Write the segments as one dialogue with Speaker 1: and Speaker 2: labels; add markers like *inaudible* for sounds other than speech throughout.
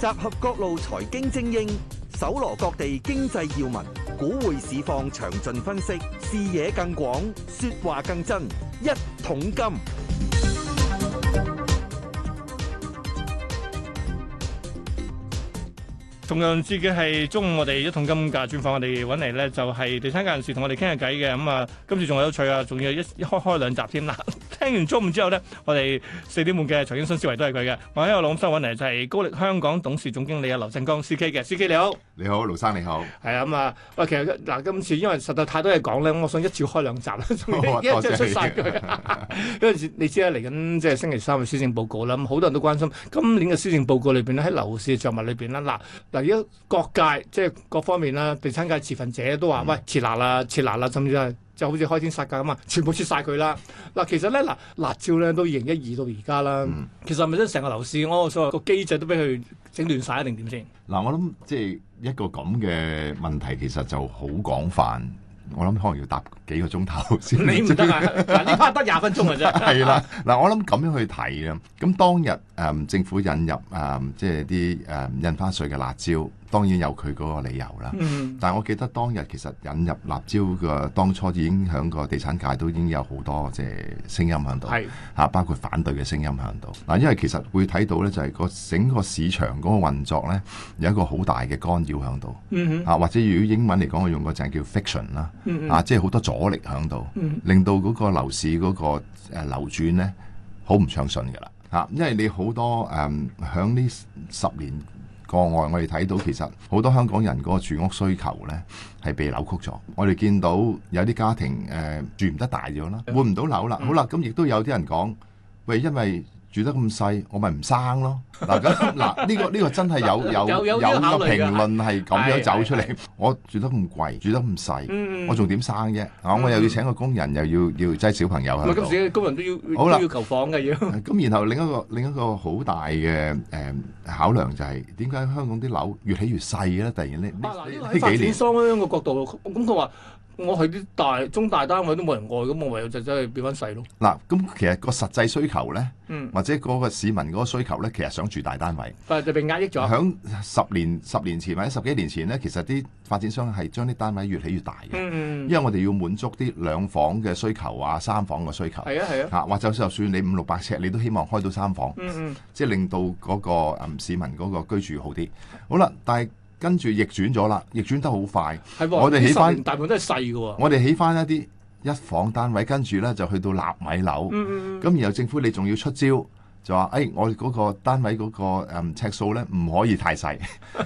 Speaker 1: 集合各路財經精英，搜羅各地經濟要聞，股匯市況詳盡分析，視野更廣，說話更真。一桶金，
Speaker 2: 同樣節嘅係中午，我哋一桶金價專訪，我哋揾嚟咧就係地產界人士同我哋傾下偈嘅。咁、啊，今次仲有趣啊，仲要一一開開兩集添啦。 *laughs* 聽完中午之後咧，我哋四點半嘅財經新思維都係佢嘅。我喺度諗新揾嚟就係高力香港董事總經理啊劉振江 C K 嘅，C K 你好。
Speaker 3: 你好，盧生你好。
Speaker 2: 係啊咁啊，喂，其實嗱，今次因為實在太多嘢講咧，我想一次開兩集啦，
Speaker 3: 哦
Speaker 2: 一
Speaker 3: 多
Speaker 2: 隻
Speaker 3: 謝
Speaker 2: 出晒佢。因為你知啦，嚟緊即係星期三嘅施政報告啦，咁好多人都關心今年嘅施政報告裏邊咧，喺樓市嘅著墨裏邊啦，嗱嗱，而家各界即係各方面啦，地產界持份者都話：喂，撤辣啦，撤辣啦，甚至係。就好似開天殺價咁啊！全部撤晒佢啦。嗱，其實咧嗱，辣椒咧都二零一二到而家啦。
Speaker 3: 嗯
Speaker 2: 其實係咪真係成個樓市我所謂個機制都俾佢整亂晒，定點先？
Speaker 3: 嗱，我諗即係一個咁嘅問題，其實就好廣泛。我諗可能要答幾個鐘頭 *laughs* 先。
Speaker 2: 你唔得啊！嗱，呢 part 得廿分鐘嘅啫。
Speaker 3: 係啦，嗱，我諗咁樣去睇啊。咁當日誒、嗯政府引入誒、嗯即係啲誒印花稅嘅辣椒，當然有佢嗰個理由啦。
Speaker 2: 嗯，
Speaker 3: 但係我記得當日其實引入辣椒嘅當初已經喺個地產界都已經有好多即係聲音喺度。
Speaker 2: 係
Speaker 3: 嚇，啊包括反對嘅聲音喺度。嗱，因為其實會睇到咧，就係個整個市場嗰個運作咧，有一個好大嘅干擾喺度。
Speaker 2: 嗯哼
Speaker 3: 啊，或者如果英文嚟講，我用個字叫 fiction 啦，
Speaker 2: 嗯
Speaker 3: 啊，即係好多阻力喺度，
Speaker 2: 嗯
Speaker 3: 令到嗰個樓市嗰個誒流轉咧，好唔暢順㗎啦。啊，因為你好多誒響呢十年個外，我哋睇到其實好多香港人嗰個住屋需求咧係被扭曲咗。我哋見到有啲家庭誒、呃住唔得大咗啦，換唔到樓啦，好啦，咁亦都有啲人講，喂，因為住得咁細，我咪唔生咯。嗱咁嗱，呢個呢個真係有
Speaker 2: 有
Speaker 3: 有
Speaker 2: 有
Speaker 3: 有
Speaker 2: 呢個
Speaker 3: 個
Speaker 2: 考慮㗎
Speaker 3: 評論係咁
Speaker 2: 係
Speaker 3: 樣走出
Speaker 2: 係
Speaker 3: 嚟。我住得咁貴，住得咁細，
Speaker 2: 嗯
Speaker 3: 我仲點生啫？啊，我又要請個工人，又要要擠小朋友
Speaker 2: 唔係
Speaker 3: 喺
Speaker 2: 今
Speaker 3: 度
Speaker 2: 時。嘅工人都要
Speaker 3: 好啦
Speaker 2: 都要求房嘅要。
Speaker 3: *laughs* 咁然後另一個另一個好大嘅誒、考量就係點解香港啲樓越起越細咧？突然呢
Speaker 2: 啊
Speaker 3: 呢
Speaker 2: 嗱，呢個
Speaker 3: 呢
Speaker 2: 喺發
Speaker 3: 幾
Speaker 2: 展
Speaker 3: 年
Speaker 2: 商嘅角度，咁佢話我喺啲大中大單位都冇人愛，咁我唯有就真係變翻細咯。
Speaker 3: 嗱，咁其實個實際需求咧，
Speaker 2: 嗯，
Speaker 3: 或者嗰個市民嗰個需求咧，其實想住大單位。
Speaker 2: 但係就被壓抑咗。
Speaker 3: 響十年十年前或者十幾年前咧，其實啲發展商係將啲單位越起越大嘅，
Speaker 2: 嗯嗯，
Speaker 3: 因為我哋要滿足啲兩房嘅需求啊、三房嘅需求。
Speaker 2: 係啊係啊。
Speaker 3: 嚇，或者就算你五六百尺，你都希望開到三房，
Speaker 2: 嗯嗯
Speaker 3: 即係令到嗰、個、嗯、市民嗰個居住好啲。好啦，但係跟住逆轉咗啦，逆轉得好快。
Speaker 2: 係喎，
Speaker 3: 我哋
Speaker 2: 呢
Speaker 3: 起
Speaker 2: 十
Speaker 3: 返
Speaker 2: 年大部分都係細嘅喎。
Speaker 3: 我哋起翻一啲一房單位，跟住呢就去到納米樓。咁、
Speaker 2: 嗯嗯
Speaker 3: 然後政府你仲要出招，就話：，誒、哎我哋嗰個單位嗰、個、嗯、尺數呢唔可以太細。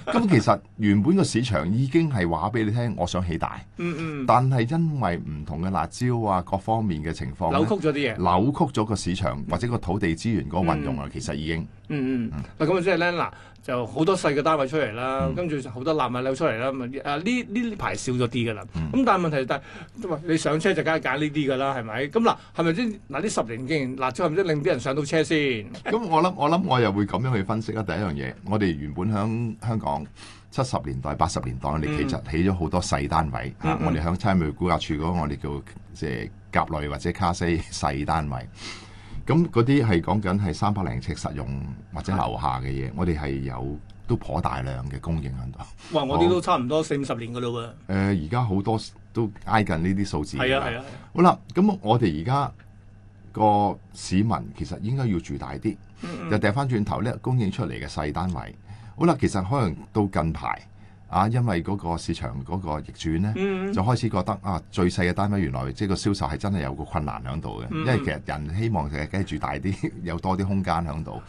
Speaker 3: 咁其實原本個市場已經係話俾你聽，我想起大，
Speaker 2: 嗯嗯
Speaker 3: 但係因為唔同嘅辣椒啊，各方面嘅情況
Speaker 2: 嗯，
Speaker 3: 呢
Speaker 2: 扭曲咗啲嘢。
Speaker 3: 扭曲咗個市場或者個土地資源嗰個運用啊，其實已經
Speaker 2: 嗯嗯，嗱咁啊，即係咧嗱，就好多細嘅單位出嚟啦，跟住就好多爛物樓出嚟啦，咪啊呢呢排少咗啲噶啦。咁、但係問題就係、喂你上車就梗係揀呢啲噶啦，係咪？咁嗱，係咪先嗱呢十年既然辣椒係咪先令啲人上到車先？
Speaker 3: 咁我諗，我諗我又會咁樣去分析啦。第一樣嘢，我哋原本響香港七十年代、八十年代，我哋其實起咗好多細單位嚇、
Speaker 2: 嗯嗯
Speaker 3: 我哋響差餉估價處嗰個，我哋叫即係甲類或者卡西細單位。咁嗰啲係講緊係三百零尺實用或者樓下嘅嘢，我哋係有都頗大量嘅供應喺度。
Speaker 2: 哇！我啲都差唔多四五十年噶咯
Speaker 3: 誒、而家好多都挨近呢啲數字
Speaker 2: 喎。
Speaker 3: 㗎啦。
Speaker 2: 係啊係啊，
Speaker 3: 好啦，咁我哋而家個市民其實應該要住大啲，
Speaker 2: 嗯
Speaker 3: 就
Speaker 2: 啊
Speaker 3: 掉翻轉頭咧供應出嚟嘅細單位。好啦，其實可能到近排啊，因為嗰個市場嗰個逆轉咧。
Speaker 2: 嗯嗯
Speaker 3: 就開始覺得啊，最細嘅單位原來即係個銷售係真係有個困難喺度嘅，
Speaker 2: 嗯
Speaker 3: 因為其實人希望嘅梗係住大啲， *laughs* 有多啲空間喺度。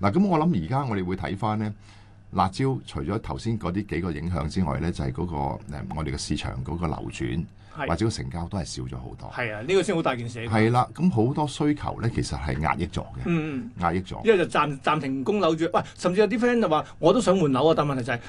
Speaker 3: 嗱，咁我諗而家我哋會睇翻呢辣椒，除咗頭先嗰啲幾個影響之外呢，就係、嗰個誒我哋嘅市場嗰個流轉
Speaker 2: 係
Speaker 3: 或者個成交都係少咗好多。
Speaker 2: 係啊，呢、個先好大件事。
Speaker 3: 係啦，咁好多需求咧，其實係壓抑咗嘅，
Speaker 2: 嗯嗯。
Speaker 3: 壓抑咗。
Speaker 2: 一係就暫暫停供樓住，喂，甚至有啲 friend 就話我都想換樓啊，但問題就係、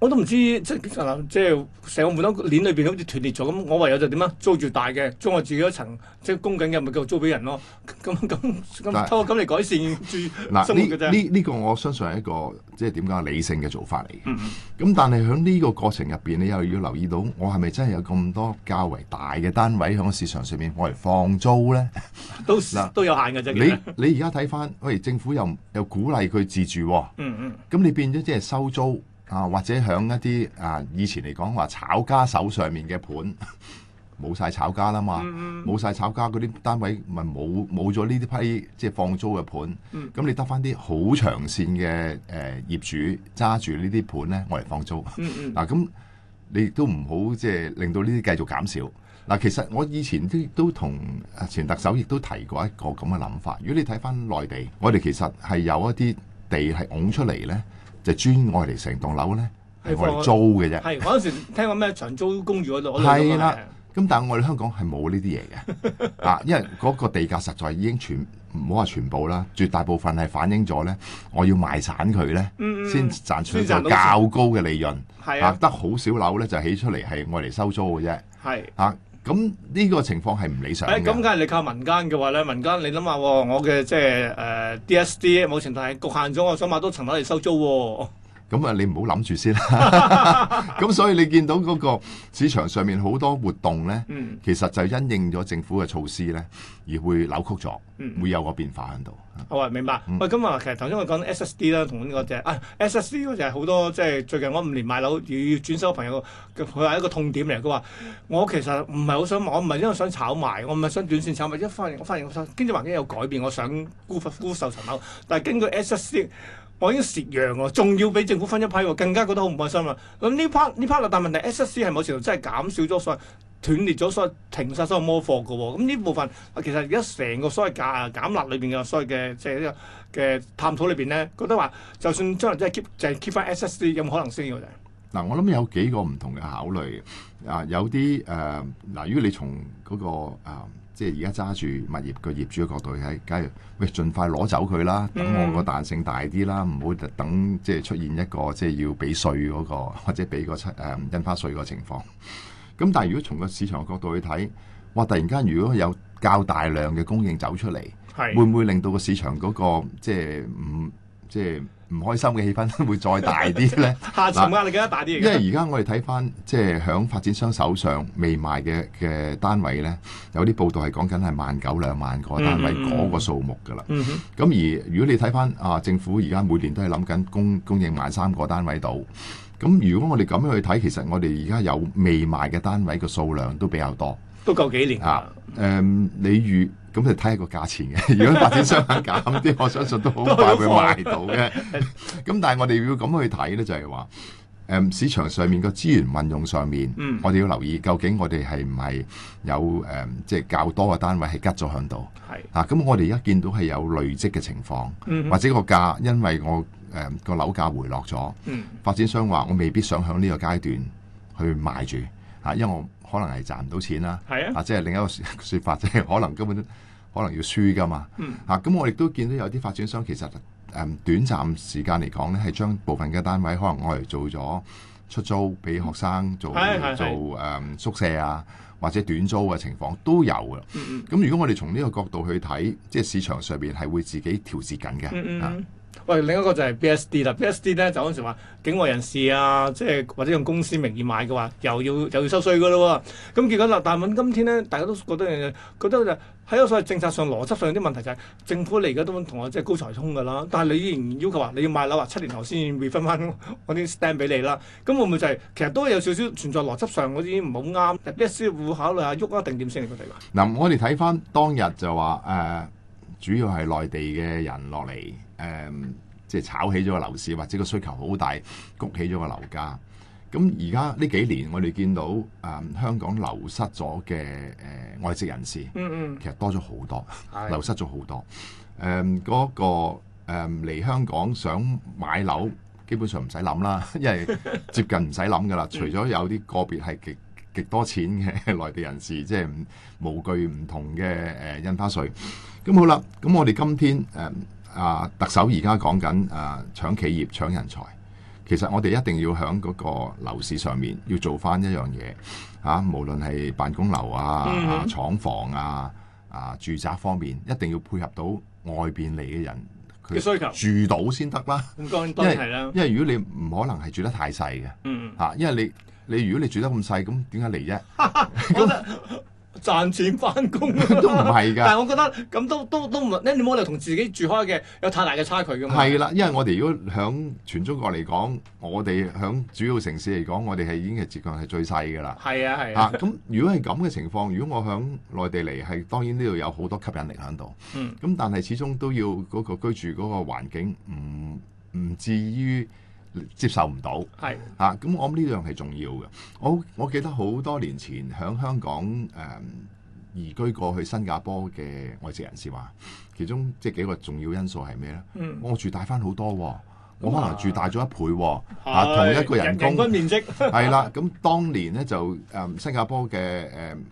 Speaker 2: 我都唔知即係嗱，即係成個門口鏈裏邊好似斷裂咗咁，我唯有就點啊？租住大嘅，租我自己一層，即係供緊嘅，咪繼續租俾人咯。咁咁
Speaker 3: 但
Speaker 2: 咁，
Speaker 3: 係
Speaker 2: 透過咁嚟改善住
Speaker 3: 嗱
Speaker 2: 生活嘅
Speaker 3: 呢
Speaker 2: 啫。
Speaker 3: 呢呢個我相信係一個即係點講理性嘅做法嚟嘅。
Speaker 2: 嗯
Speaker 3: 咁但係喺呢個過程入邊，你又要留意到我係咪真係有咁多較為大嘅單位喺個市場上面我嚟放租呢？
Speaker 2: 都
Speaker 3: 嗱
Speaker 2: 都有限嘅啫。其
Speaker 3: 你
Speaker 2: 實
Speaker 3: 你而家睇翻，喂政府又又鼓勵佢自住、喎，
Speaker 2: 嗯嗯，
Speaker 3: 咁你變咗即係收租啊，或者響一啲啊以前嚟講話炒家手上面嘅盤 *laughs* 冇晒炒家啦嘛，冇晒炒家嗰啲單位咪冇冇咗呢啲批即係放租嘅盤，
Speaker 2: 嗯
Speaker 3: 咁你得翻啲好長線嘅誒、呃、業主揸住呢啲盤呢，我嚟放租。
Speaker 2: 嗯嗯
Speaker 3: 嗱咁你亦都唔好即係令到呢啲繼續減少。嗱，其實我以前都都同啊前特首亦都提過一個咁嘅諗法。如果你睇翻內地，我哋其實係有一啲地係拱出嚟呢，就專愛嚟成棟樓呢，係
Speaker 2: 係
Speaker 3: 我哋
Speaker 2: 放
Speaker 3: 租嘅啫。
Speaker 2: 係我嗰陣時聽講咩長租公寓嗰度，
Speaker 3: 係啦咁但係我哋香港係冇呢啲嘢
Speaker 2: *laughs*
Speaker 3: 嘅，啊，因為嗰個地價實在已經全唔好話全部啦，絕大部分係反映咗呢，我要賣散佢呢，
Speaker 2: 嗯嗯
Speaker 3: 先賺
Speaker 2: 先
Speaker 3: 取
Speaker 2: 賺到
Speaker 3: 到較高嘅利潤。
Speaker 2: 係
Speaker 3: 啊
Speaker 2: 啊，
Speaker 3: 得好少樓呢，就起出嚟係我嚟收租嘅啫。
Speaker 2: 係。
Speaker 3: 啊，咁呢個情況係唔理想
Speaker 2: 哎誒咁梗
Speaker 3: 嘅。
Speaker 2: 係你靠民間嘅話咧，民間你諗下喎，我嘅即係呃誒 DSD 某程度係局限咗，我想買多層樓嚟收租喎。
Speaker 3: 咁啊，你唔好諗住先啦。
Speaker 2: *laughs*
Speaker 3: 咁所以你見到嗰個市場上面好多活動呢，
Speaker 2: 嗯
Speaker 3: 其實就因應咗政府嘅措施呢，而會扭曲咗，
Speaker 2: 嗯，
Speaker 3: 會有個變化喺度。
Speaker 2: 好啊，明白。喂，咁啊，其實頭先我講 SSD 啦，同呢個就係啊 SSD 嗰就係好多即係最近我五年買樓要轉手嘅朋友，佢佢係一個痛點嚟。佢話我其實唔係好想買，我唔係因為想炒賣，我唔係想短線炒賣，一發現我發現我想經濟環境有改變，我想沽沽售層樓，但係經過 SSD。我已經蝕讓喎，仲要俾政府分一批喎，更加覺得好唔開心啦。咁呢 part 呢 part 啦，但問題 SSC 係某程度真係減少咗所謂斷裂咗所謂停晒所有摸貨嘅喎。咁呢部分其實而家成個所謂價減辣裏邊嘅所謂嘅即係呢個嘅探討裏邊咧，覺得話就算將來真係 keep 就係 keep 翻 SSC 有冇可能先嘅啫。
Speaker 3: 嗱，我諗有幾個唔同嘅考慮啊，有啲誒嗱，如果你從嗰、個啊即係而家揸住物業嘅業主嘅角度睇，梗係喂盡快攞走佢啦，等我個彈性大啲啦，唔好特等即係出現一個即係要俾税嗰個或者俾個七誒、呃印花税個情況。咁但係如果從個市場嘅角度去睇，哇！突然間如果有較大量嘅供應走出嚟，會
Speaker 2: 係
Speaker 3: 唔會令到個市場嗰、個即係唔即係唔開心嘅氣氛 *laughs* 會再大啲呢？
Speaker 2: 下沉壓力更加大啲
Speaker 3: 因
Speaker 2: 嚟嘅。
Speaker 3: 為而家我哋睇翻，即係響發展商手上未賣嘅嘅單位呢，有啲報道係講緊係萬九兩萬個單位
Speaker 2: 嗯嗯嗯
Speaker 3: 嗰個數目㗎啦。
Speaker 2: 嗯哼，
Speaker 3: 咁而如果你睇翻啊，政府而家每年都係諗緊供供應萬三個單位度。咁如果我哋咁樣去睇，其實我哋而家有未賣嘅單位嘅數量都比較多。
Speaker 2: 都夠幾年
Speaker 3: 啊
Speaker 2: 啊，
Speaker 3: 誒、你預咁就睇下個價錢嘅。 *laughs* 如果發展商肯減啲，我相信都好快會賣到
Speaker 2: *laughs*
Speaker 3: 嘅。咁但係我哋要咁去睇呢，就係話誒市場上面個資源運用上面，
Speaker 2: 嗯
Speaker 3: 我哋要留意究竟我哋係唔係有誒、即係較多嘅單位係吉咗喺度
Speaker 2: 係。
Speaker 3: 啊？咁我哋而家見到係有累積嘅情況，
Speaker 2: 嗯
Speaker 3: 或
Speaker 2: 哼
Speaker 3: 者個價因為我誒個、樓價回落咗。
Speaker 2: 嗯
Speaker 3: 發展商話：我未必想喺呢個階段去賣住嚇，因為我可能係賺唔到錢啦。
Speaker 2: 係啊
Speaker 3: 啊，即係另一個説 *laughs* 説法，即係可能根本都可能要輸噶嘛。
Speaker 2: 嗯
Speaker 3: 嚇、咁我亦都見到有啲發展商其實誒、嗯短暫時間嚟講咧，係將部分嘅單位可能我嚟做咗出租俾學生做
Speaker 2: 嗯係係係
Speaker 3: 做誒、嗯宿舍啊，或者短租嘅情況都有嘅。
Speaker 2: 嗯嗯。
Speaker 3: 咁如果我哋從呢個角度去睇，即係市場上邊係會自己調節緊嘅。
Speaker 2: 嗯嗯
Speaker 3: 啊
Speaker 2: 嗯。喂，另一個就係 BSD 啦，BSD 咧就嗰陣時話境外人士啊，即係或者用公司名義買嘅話，又要又要收税嘅咯喎。咁結果嗱，但係今天咧，大家都覺得一樣嘢，覺得就喺個所謂政策上、邏輯上有啲問題就係、政府嚟而家都同我即係高才通嘅啦，但係你依然要求話你要買樓啊，七年後先 r e 翻翻 *laughs* 我啲 stand 俾你啦。咁會唔會就係、其實都有少少存在邏輯上嗰啲唔好啱？BSD 會考慮下喐啊定點先？你覺得？
Speaker 3: 嗱、我哋睇翻當日就話誒、呃主要係內地嘅人落嚟誒，即係炒起咗個樓市，或者個需求好大，谷起咗個樓價。咁而家呢幾年，我哋見到誒、呃香港流失咗嘅誒呃外籍人士，
Speaker 2: 嗯
Speaker 3: 其實多咗好多。
Speaker 2: 嗯，
Speaker 3: 流失咗好多。誒、嗰、個誒嚟、香港想買樓，基本上唔使諗啦， *laughs* 因為接近唔使諗噶啦。
Speaker 2: 嗯
Speaker 3: 除咗有啲個別係極極多錢嘅 *laughs* 內地人士，即係唔無懼唔同嘅誒、印花税。咁好啦，咁啊我哋今天誒啊、特首而家講緊誒搶企業、搶人才。其實我哋一定要喺嗰個樓市上面要做翻一樣嘢嚇、啊，無論係辦公樓啊、
Speaker 2: 嗯
Speaker 3: 啊廠房啊、啊住宅方面，一定要配合到外邊嚟嘅人
Speaker 2: 嘅需求
Speaker 3: 佢住到先得啦。
Speaker 2: 咁當然
Speaker 3: 因
Speaker 2: 當然係
Speaker 3: 為
Speaker 2: 啦，
Speaker 3: 嗯因為如果你唔可能係住得太細嘅
Speaker 2: 嗯，
Speaker 3: 嚇、啊因為你你如果你住得咁細，咁點解嚟啫？
Speaker 2: 我覺得賺錢翻工啊
Speaker 3: *laughs* 都
Speaker 2: *laughs*
Speaker 3: 唔係㗎
Speaker 2: 但。係我覺得咁都都都唔，你冇理由同自己住開嘅有太大嘅差距㗎嘛。
Speaker 3: 係啊啦，因為我哋如果響全中國嚟講，我哋響主要城市嚟講，我哋係已經係接近係最細㗎啦。
Speaker 2: 係啊係
Speaker 3: 啊
Speaker 2: 啊，，
Speaker 3: 咁如果係咁嘅情況，如果我響內地嚟，係當然呢度有好多吸引力喺度。
Speaker 2: 嗯
Speaker 3: 咁但係始終都要嗰個居住嗰個環境唔唔至於接受唔到。
Speaker 2: 係
Speaker 3: 啊，咁我諗呢樣係重要嘅。我我記得好多年前喺香港誒、嗯移居過去新加坡嘅外籍人士話，其中即係幾個重要因素係咩呢？
Speaker 2: 嗯
Speaker 3: 我住大翻好多、喎，我
Speaker 2: 咁
Speaker 3: 可
Speaker 2: 啊
Speaker 3: 能住大咗一倍、喎，啊同一個人
Speaker 2: 平均
Speaker 3: 工
Speaker 2: 面積 *laughs*
Speaker 3: 係啦。咁當年呢，就誒、嗯新加坡嘅誒、嗯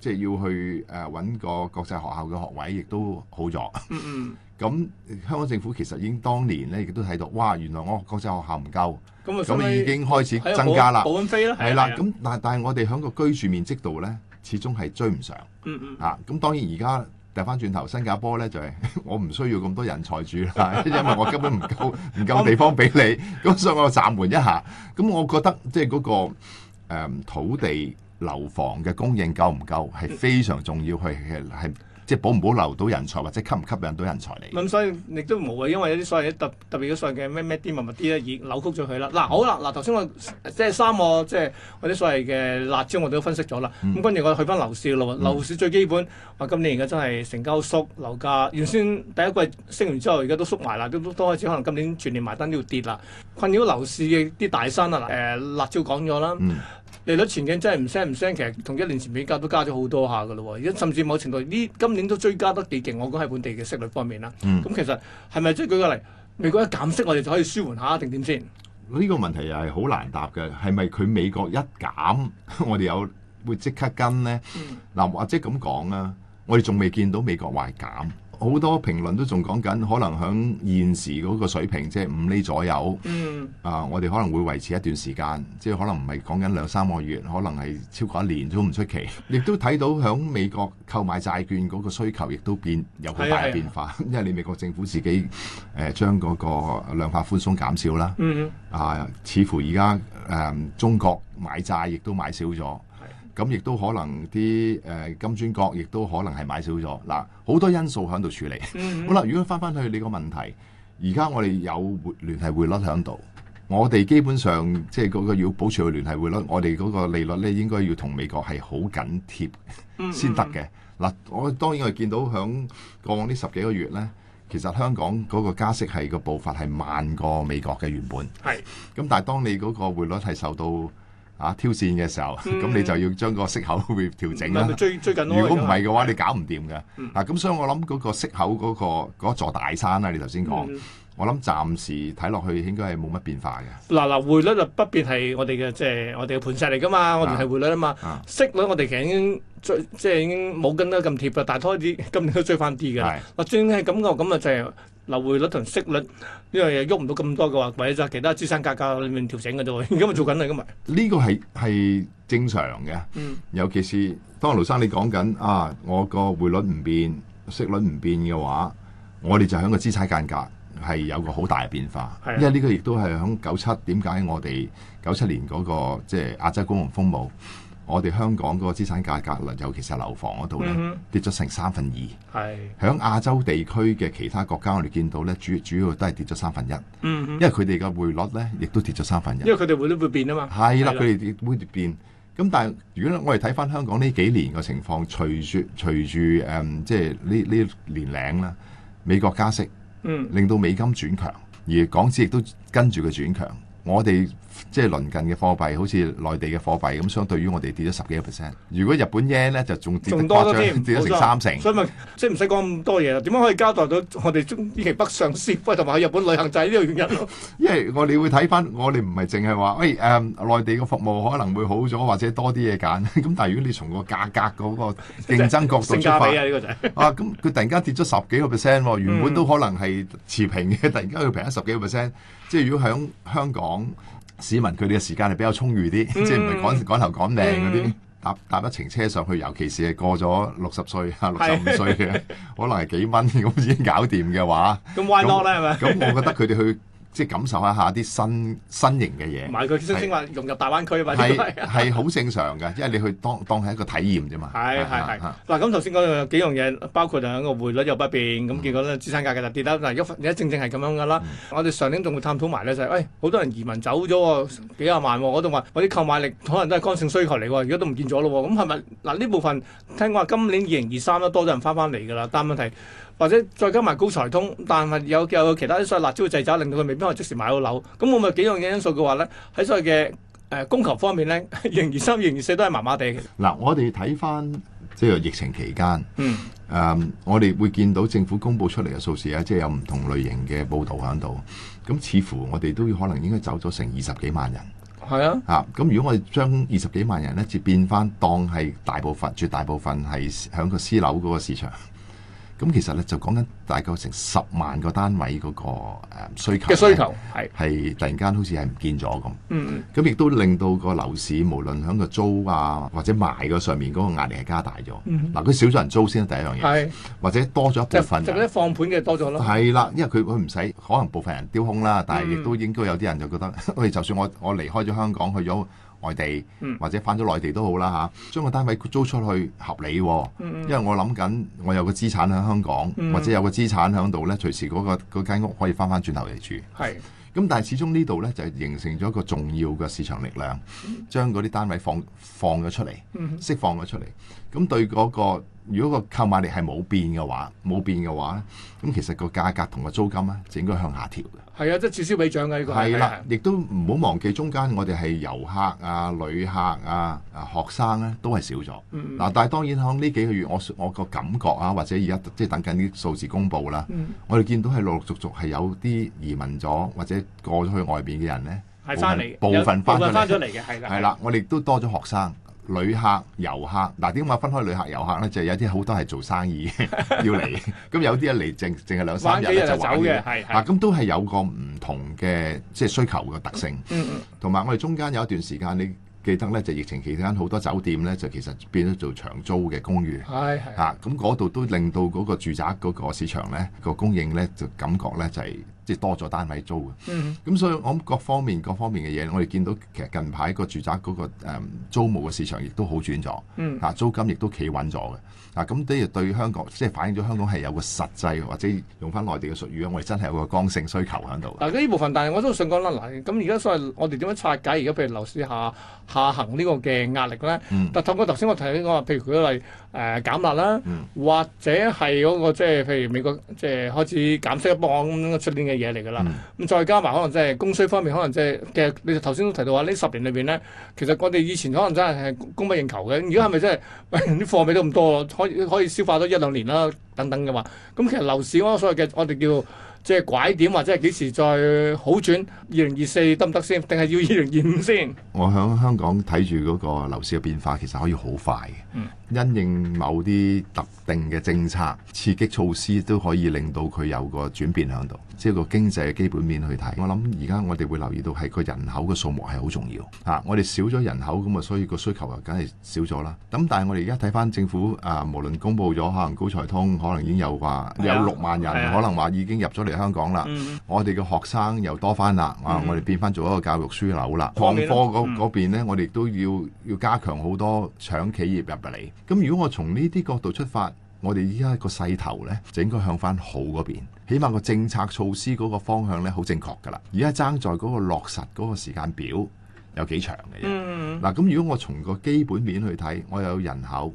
Speaker 3: 即係要去誒揾、個國際學校嘅學位，亦都好咗。
Speaker 2: 嗯嗯，
Speaker 3: 咁香港政府其實已經當年呢，亦都睇到，哇！原來我國際學校唔夠，
Speaker 2: 咁啊相當
Speaker 3: 咁
Speaker 2: 於
Speaker 3: 已經開始
Speaker 2: 喺度
Speaker 3: 增加啦
Speaker 2: 保。保温飛啦，
Speaker 3: 係啦，
Speaker 2: 係啊
Speaker 3: 咁但但係我哋喺個居住面積度咧，始終係追唔上
Speaker 2: 嗯嗯。
Speaker 3: 啊。咁當然而家掉翻轉頭，新加坡咧就係、 *laughs* 我唔需要咁多人才住啦， *laughs* 因為我根本唔夠唔夠地方俾你，咁所以我暫緩一下。咁我覺得即係嗰個、誒土地樓房嘅供應夠唔夠係非常重要，係係係即係保唔保留到人才或者吸唔吸引到人才嚟。
Speaker 2: 咁所以亦都冇啊，因為有啲所謂特特別嘅所謂嘅咩咩啲物物啲咧，已扭曲咗佢啦。嗱好啦，嗱頭先我即係三個即係我啲所謂嘅辣椒，我哋都分析咗啦。咁跟住我去翻樓市咯喎，樓市最基本話今年而家真係成交縮，樓價原先第一季升完之後，而家都縮埋啦，都都都開始可能今年全年埋單都要跌啦。困擾樓市嘅啲大山啊，嗱、誒辣椒講咗啦。
Speaker 3: 嗯。
Speaker 2: 利率前景真係唔聲唔聲，其實同一年前比較都加咗好多下噶咯喎，
Speaker 3: 嗯
Speaker 2: 而家甚至某程度呢今年都追加得幾勁，我講喺本地嘅息率方面啦。咁、
Speaker 3: 嗯
Speaker 2: 其實係咪即係舉個例，美國一減息我哋就可以舒緩下定點先？
Speaker 3: 呢個問題又係好難答嘅，係咪佢美國一減， *laughs* 我哋有會即刻跟呢？嗱、或者咁講啊，我哋仲未見到美國話減，好多評論都仲講緊，可能響現時嗰個水平，即係五厘左右。
Speaker 2: 嗯，
Speaker 3: 啊，我哋可能會維持一段時間，即係可能唔係講緊兩三個月，可能係超過一年都唔出奇。亦都睇到響美國購買債券嗰個需求亦都變有好大嘅變化，因為你美國政府自己誒、呃、將嗰個量化寬鬆減少啦。
Speaker 2: 嗯，
Speaker 3: 啊，似乎而家誒中國買債亦都買少咗，咁亦都可能啲誒、呃金磚國亦都可能係買少咗。嗱，好多因素喺度處理。
Speaker 2: 嗯
Speaker 3: 好啦，如果翻翻去你個問題，而家我哋有匯聯繫匯率喺度，我哋基本上即係嗰個要保持個聯繫匯率，我哋嗰個利率咧應該要同美國係好緊貼。
Speaker 2: 嗯
Speaker 3: 先得。嘅。嗱，我當然我見到響過往呢十幾個月呢，其實香港嗰個加息係個步伐係慢過美國嘅原本。
Speaker 2: 係
Speaker 3: 咁，但係當你嗰個匯率係受到啊挑戰嘅時候，
Speaker 2: 嗯
Speaker 3: *laughs* 咁、你就要將個息口會調整
Speaker 2: 咪
Speaker 3: 啦
Speaker 2: 咪。追追緊咯。
Speaker 3: 如果唔係嘅話，
Speaker 2: 而
Speaker 3: 你
Speaker 2: 家
Speaker 3: 搞唔掂嘅。
Speaker 2: 嗯
Speaker 3: 嗱，咁所以我諗嗰個息口嗰、個嗰座大山啦，你頭先講，
Speaker 2: 嗯
Speaker 3: 我諗暫時睇落去應該係冇乜變化嘅。
Speaker 2: 嗱嗱匯率就不變係我哋嘅即係我哋嘅盤石嚟噶嘛，我哋係匯率啊嘛
Speaker 3: 啊，
Speaker 2: 息率我哋其實已經追即係已經冇跟得咁貼啦，但係拖啲今年都追翻啲嘅啦。
Speaker 3: 係
Speaker 2: 嗱，正係咁嘅，咁啊就係流匯率同息率呢樣嘢喐唔到咁多嘅話，或者就其他資產價格裏面調整嘅啫喎，而 *laughs* 家咪做緊啦，咁咪
Speaker 3: 呢個係係正常嘅。
Speaker 2: 嗯
Speaker 3: 尤其是當盧生你講緊啊，我個匯率唔變，息率唔變嘅話，我哋就喺個資產間隔係有個好大嘅變化
Speaker 2: 係啊。
Speaker 3: 因為呢個亦都係喺九七點解我哋九七年嗰、個即係亞洲金融風暴，我哋香港嗰個資產價格，尤其是樓房嗰度
Speaker 2: 嗯
Speaker 3: 呢
Speaker 2: 哼，
Speaker 3: 跌咗成三分二。
Speaker 2: 係
Speaker 3: 喺亞洲地區嘅其他國家，我哋見到呢主主要都係跌咗三分一，
Speaker 2: 嗯嗯
Speaker 3: 因為佢哋嘅匯率呢亦都跌咗三分一
Speaker 2: 因。為佢哋匯率會變啊嘛，
Speaker 3: 係
Speaker 2: 係啦
Speaker 3: 啦，佢哋會變。咁但係如果我哋睇翻香港呢幾年嘅情況，隨住隨住誒、嗯即係呢呢年零啦，美國加息
Speaker 2: 嗯
Speaker 3: 令到美金轉強，而港紙亦都跟住佢轉強。我哋即係鄰近嘅貨幣，好似內地嘅貨幣咁，相對於我哋跌咗十幾個 percent。如果日本 yen 咧，就仲跌得
Speaker 2: 仲多
Speaker 3: 誇
Speaker 2: 咗
Speaker 3: 張，
Speaker 2: 添，
Speaker 3: 跌咗
Speaker 2: 冇
Speaker 3: 成
Speaker 2: 錯
Speaker 3: 三成。
Speaker 2: 所以咪即係唔使講咁多嘢啦。點樣可以交代到我哋中呢期北上先，喂，同埋去日本旅行就係呢個原因咯。
Speaker 3: 因為我哋會睇翻，我哋唔係淨係話，喂誒、內地嘅服務可能會好咗，或者多啲嘢揀。咁但係如果你從個價格嗰個競爭角度
Speaker 2: 性
Speaker 3: 出
Speaker 2: 價
Speaker 3: 發
Speaker 2: 比，啊，呢個就係
Speaker 3: 啊，咁佢突然間跌咗十幾個
Speaker 2: 嗯
Speaker 3: *laughs* percent 喎，原本都可能係持平嘅，突然間佢平咗十幾個 percent，即係如果喺香港港市民佢哋嘅時間係比較充裕
Speaker 2: 嗯
Speaker 3: 啲，即係唔係趕趕頭趕命嗰啲。搭搭一程車上去，尤其是係過咗六十歲啊、六十五歲嘅，
Speaker 2: *laughs*
Speaker 3: 可能係幾蚊咁已經搞掂嘅話，
Speaker 2: 咁 why not 咧係咪？
Speaker 3: 咁我覺得佢哋去 *laughs* 即係感受一下啲新新型嘅嘢，
Speaker 2: 買佢先先話融入大灣區啊嘛，呢個
Speaker 3: 係
Speaker 2: 係
Speaker 3: 係好正常嘅，因為你去當當係一個體驗啫嘛。
Speaker 2: 係係係
Speaker 3: 啊
Speaker 2: 嗱，咁頭先講到有幾樣嘢，包括兩個匯率又不變，
Speaker 3: 嗯
Speaker 2: 咁結果咧資產價格就跌啦。嗱，而家而家正正係咁樣噶啦。我哋上年仲會探討埋咧就係、喂，好多人移民走咗喎，幾廿萬喎，我仲話我啲購買力可能都係剛性需求嚟喎，而家都唔見咗咯喎。咁係咪嗱呢部分聽講話今年二零二三咧多咗人翻翻嚟㗎啦，但問題。或者再加埋高財通，但係有有其他啲所謂辣椒掣肘，令到佢未必可以即時買到樓。咁我咪幾樣嘢因素嘅話咧，喺所謂嘅誒供求方面咧，二零二三、二零二四都係麻麻地嘅。
Speaker 3: 嗱，我哋睇翻即係疫情期間。
Speaker 2: 嗯，
Speaker 3: 誒、我哋會見到政府公佈出嚟嘅數字啊，即係有唔同類型嘅報導喺度。咁似乎我哋都要可能應該走咗成二十幾萬人
Speaker 2: 係啊。
Speaker 3: 嚇。咁、如果我哋將二十幾萬人咧，折變翻當係大部分、絕大部分係響個私樓嗰個市場。咁其實咧就講緊大概成十萬個單位嗰、個、呃、需求
Speaker 2: 嘅需求係，
Speaker 3: 係突然間好似係唔見咗咁。
Speaker 2: 嗯
Speaker 3: 咁亦都令到個樓市無論喺個租啊或者賣嗰上面嗰個壓力係加大咗。嗱、
Speaker 2: 嗯
Speaker 3: 佢少咗人租先係第一樣
Speaker 2: 嗯，
Speaker 3: 嘢，
Speaker 2: 係
Speaker 3: 或者多咗一
Speaker 2: 就
Speaker 3: 部分
Speaker 2: 就嗰啲
Speaker 3: 人。
Speaker 2: 放盤嘅多咗咯，嗯
Speaker 3: 係啦，因為佢佢唔使，可能部分人丟空啦，但係亦都應該有啲人就覺得， *laughs* 喂、就算我我離開咗香港去咗外地，
Speaker 2: 嗯
Speaker 3: 或者翻咗內地都好啦嚇，將個單位租出去合理喎、因為我諗緊我有個資產喺香港，
Speaker 2: 嗯
Speaker 3: 或者有個資產喺度呢，隨時嗰、個嗰間屋可以翻翻轉頭嚟住。
Speaker 2: 係
Speaker 3: 咁但係始終呢度呢，就形成咗一個重要嘅市場力量，將嗰啲單位放放咗出嚟，
Speaker 2: 嗯
Speaker 3: 釋放咗出嚟。咁對嗰、個如果個購買力係冇變嘅話，冇變嘅話咧，咁其實個價格同個租金呢，就應該向下調嘅。
Speaker 2: 係啊，即係至少俾獎嘅呢個啊
Speaker 3: 係啦，，亦都唔好忘記中間我哋係遊客啊、旅客啊、啊學生咧都係少咗。嗱、
Speaker 2: 嗯
Speaker 3: 但係當然響呢幾個月，我我個感覺啊，或者而家即係等緊啲數字公佈啦，
Speaker 2: 嗯
Speaker 3: 我哋見到係陸陸續續係有啲移民咗或者過咗去外邊嘅人咧，
Speaker 2: 係翻嚟
Speaker 3: 部分
Speaker 2: 有
Speaker 3: 返
Speaker 2: 部分翻
Speaker 3: 咗
Speaker 2: 咗
Speaker 3: 嚟，
Speaker 2: 嚟嘅係啦，
Speaker 3: 係啦，我哋都多咗學生。旅客、遊客，嗱點解分開旅客、遊客咧？就係有啲好多係做生意 *laughs* 要嚟，咁有啲一嚟淨淨係兩三
Speaker 2: 玩
Speaker 3: 日
Speaker 2: 幾
Speaker 3: 咧
Speaker 2: 日
Speaker 3: 就
Speaker 2: 就走
Speaker 3: 玩
Speaker 2: 嘅
Speaker 3: 嘅。
Speaker 2: 係
Speaker 3: 啊，
Speaker 2: 係，
Speaker 3: 咁都係有個唔同嘅即係需求嘅特性，
Speaker 2: 嗯嗯
Speaker 3: 同埋我哋中間有一段時間，你記得呢，就疫情期間好多酒店呢，就其實變咗做長租嘅公寓。
Speaker 2: 係係
Speaker 3: 啊，咁嗰度都令到嗰個住宅嗰個市場呢個供應呢，就感覺呢就係即係多咗單位租嘅。
Speaker 2: 嗯
Speaker 3: 咁所以我諗各方面各方面嘅嘢，我哋見到其實近排個住宅嗰、個、嗯租務嘅市場亦都好轉咗。
Speaker 2: 嗯
Speaker 3: 啊，租金亦都企穩咗嘅。啊，咁都係對香港，即係反映咗香港係有個實際，或者用翻內地嘅術語啊，我哋真係有個剛性需求喺度。
Speaker 2: 嗱呢部分，但係我都想講啦，嗱咁而家所謂我哋點樣拆解而家譬如樓市下下行呢個嘅壓力咧，
Speaker 3: 嗯
Speaker 2: 但透過頭先我提我話，譬如舉例誒、呃、減辣啦，
Speaker 3: 嗯
Speaker 2: 或者係嗰、個即係譬如美國即係開始減息一磅咁出年嘅嘢嚟㗎啦。咁、再加埋可能即係供需方面，可能即係其實你頭先都提到話呢十年裏邊咧，其實我哋以前可能真係係供不應求嘅，而家係咪真係喂啲貨尾都咁多，可以 *laughs* 可以消化多一兩年啦等等嘅話，咁其實樓市嗰個所謂嘅我哋叫。即係拐點或者係幾時再好轉？二零二四得唔得先？定係要二零二五先？
Speaker 3: 我喺香港睇住嗰個樓市嘅變化，其實可以好快嘅。
Speaker 2: 嗯
Speaker 3: 因應某啲特定嘅政策、刺激措施，都可以令到佢有個轉變喺度，即係個經濟嘅基本面去睇。我諗而家我哋會留意到係個人口嘅數目係好重要嚇、啊我哋少咗人口咁啊，所以個需求啊，梗係少咗啦。咁但係我哋而家睇翻政府啊，無論公布咗可能高才通，可能已經有話有
Speaker 2: 係啊
Speaker 3: 六萬人，
Speaker 2: 係啊
Speaker 3: 可能話已經入咗嚟香港啦。
Speaker 2: 嗯，
Speaker 3: 我哋嘅學生又多翻啦，啊！我哋變翻做一個教育樞紐啦。
Speaker 2: 方
Speaker 3: 創
Speaker 2: 面啦
Speaker 3: 科嗰
Speaker 2: 嗯
Speaker 3: 嗰邊咧，我哋都要要加強好多搶企業入嚟。咁如果我從呢啲角度出發，我哋依家個勢頭咧，就應該向翻好嗰邊。起碼個政策措施嗰個方向咧，好正確㗎啦。而家爭在嗰個落實嗰個時間表有幾長嘅啫。
Speaker 2: 嗯，
Speaker 3: 嗱，咁如果我從個基本面去睇，我又有人口，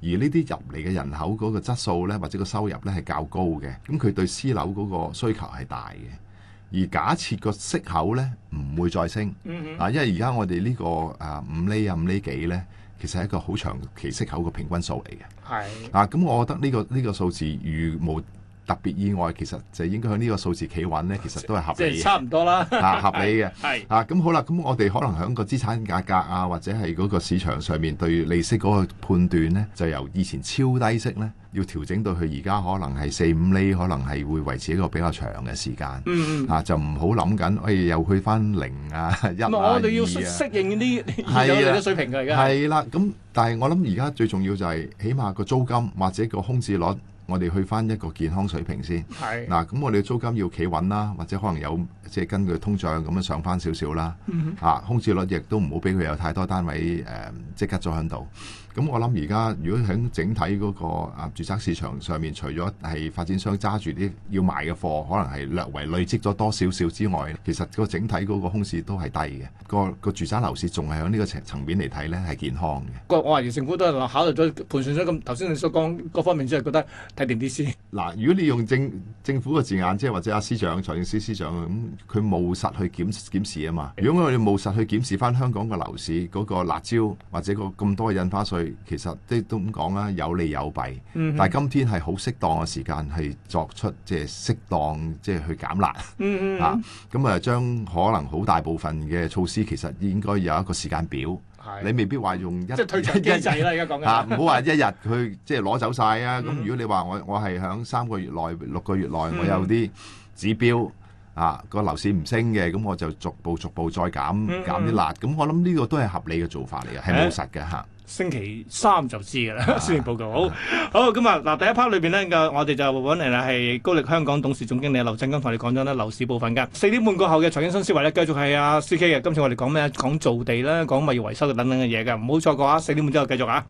Speaker 3: 而呢啲入嚟嘅人口嗰個質素呢，或者個收入呢係較高嘅，咁佢對私樓嗰個需求係大嘅。而假設個息口呢唔會再升，
Speaker 2: 嗯
Speaker 3: 嗱，啊因為而家我哋呢個啊五厘啊五厘幾呢，其實係一個好長期息口嘅平均數嚟嘅。
Speaker 2: 係。
Speaker 3: 啊，咁我覺得呢、個呢、個數字如無特別意外，其實就應該喺呢個數字企穩咧，其實都係合
Speaker 2: 即
Speaker 3: 理
Speaker 2: 係
Speaker 3: 嘅
Speaker 2: 差唔多啦。
Speaker 3: 啊，合理嘅。
Speaker 2: 係
Speaker 3: 啊，咁好啦，咁我哋可能喺個資產價格啊，或者係嗰個市場上面對利息嗰個判斷呢，就由以前超低息呢，要調整到佢而家可能係四五厘，可能係會維持一個比較長嘅時間。
Speaker 2: 嗯嗯。
Speaker 3: 啊，就唔好諗緊，哎，又去翻零啊、一啊、
Speaker 2: 咁我哋要
Speaker 3: 二啊
Speaker 2: 適應呢
Speaker 3: 啊
Speaker 2: 現有利率水平㗎，而家係。
Speaker 3: 係啦，咁但係我諗而家最重要就係，起碼個租金或者個空置率，我哋去翻一個健康水平先。
Speaker 2: 係。
Speaker 3: 嗱，咁我哋租金要企穩啦，或者可能有即係根據通脹咁樣上翻少少啦。
Speaker 2: 嗯
Speaker 3: 啊，空置率亦都唔好俾佢有太多單位誒、呃即刻咗喺度。咁我諗而家如果喺整體嗰個啊住宅市場上面，除咗係發展商揸住啲要賣嘅貨，可能係略為累積咗多少少之外，其實個整體嗰個空市都係低嘅。個個住宅樓市仲係喺呢個層層面嚟睇呢，係健康嘅。
Speaker 2: 我我懷疑政府都係考慮咗盤算咗咁頭先你所講各方面之後，覺得睇定啲先。
Speaker 3: 嗱，如果你用政政府嘅字眼，即係或者阿司長、財政司司長咁，佢冇實去檢檢視啊
Speaker 2: 嗯
Speaker 3: 嘛。如果我哋冇實去檢視翻香港嘅樓市嗰、個辣椒或者個咁多嘅印花税，其實都都咁講啦，有利有弊。
Speaker 2: 嗯
Speaker 3: 但係今天係好適當嘅時間，係作出即係適當即係去減辣
Speaker 2: 嗯
Speaker 3: 啊。咁啊，將可能好大部分嘅措施其實應該有一個時間表，你
Speaker 2: 係。
Speaker 3: 未必話用一
Speaker 2: 即係退場機制啦，而家講
Speaker 3: 啊，
Speaker 2: 緊。
Speaker 3: 唔好話一
Speaker 2: *laughs*
Speaker 3: 日佢即係攞走晒啊！咁
Speaker 2: 嗯
Speaker 3: 如果你話我我係響三個月內、六個月內，
Speaker 2: 嗯
Speaker 3: 我有啲指標啊，個樓市唔升嘅，咁我就逐步逐步再減
Speaker 2: 嗯
Speaker 3: 減啲辣。咁我諗呢個都係合理嘅做法嚟嘅，係
Speaker 2: 誒
Speaker 3: 冇實嘅嚇。
Speaker 2: 星期三就知㗎啦，施政報告。好，好咁啊，嗱第一 part 裏邊咧，嘅我哋就揾嚟啦，係高力香港董事總經理劉振剛同我哋講咗咧樓市部分㗎。四點半過後嘅財經新思維咧，繼續係啊 C K 嘅。今次我哋講咩？講造地啦，講物業維修等等嘅嘢㗎。唔好錯過啊！四點半之後繼續啊！